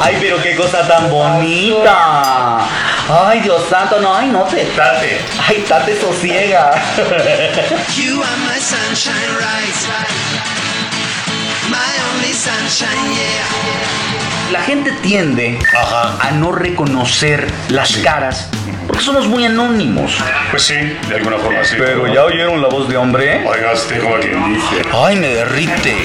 Ay, pero qué cosa tan bonita. Ay, Dios santo, no, ay, no te tate. Ay, tate sosiega. You are my sunshine, right? My only sunshine, yeah. La gente tiende Ajá. a no reconocer las caras porque somos muy anónimos. Pues sí, de alguna forma sí. ¿no? oyeron la voz de hombre. Oiga, usted como quien dice. Ay, me derrite.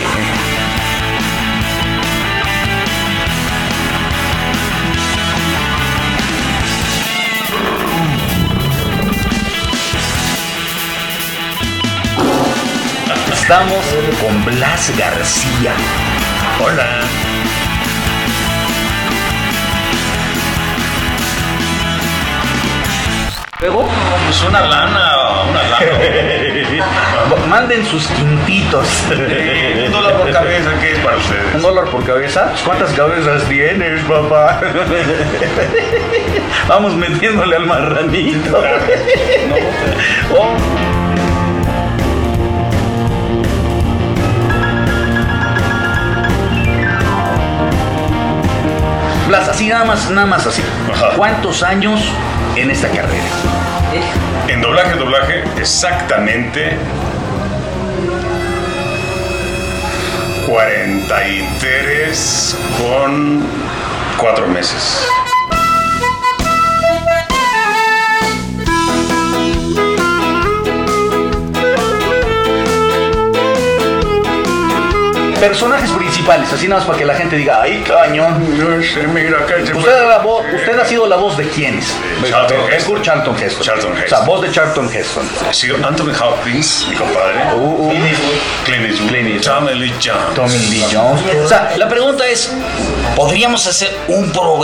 Estamos con Blas García. Hola. Luego, Pues una lana, una eh, lana. manden sus quintitos. Eh, Un dólar por cabeza, ¿qué es para ¿Un ustedes? dólar por cabeza? ¿Cuántas cabezas tienes, papá? Vamos metiéndole al marranito. Oh. Blas, así nada más, nada más así. Ajá. ¿Cuántos años en esta carrera? En doblaje, doblaje, exactamente 43 con 4 meses. Personajes principales, así nada más para que la gente diga, ay, cañón. No sé, mira, acá se fue. Usted, era la voz- usted ha sido la voz de quiénes? Charlton Heston. Charlton Heston. Charlton O sea, Heston. voz de Charlton Heston. Sí, Anthony Hopkins, mi compadre. Uh, uh. Clint Eastwood. Clint Eastwood. Tommy Lee Jones. Tommy Lee Jones. O sea, la pregunta es, ¿podríamos hacer un programa?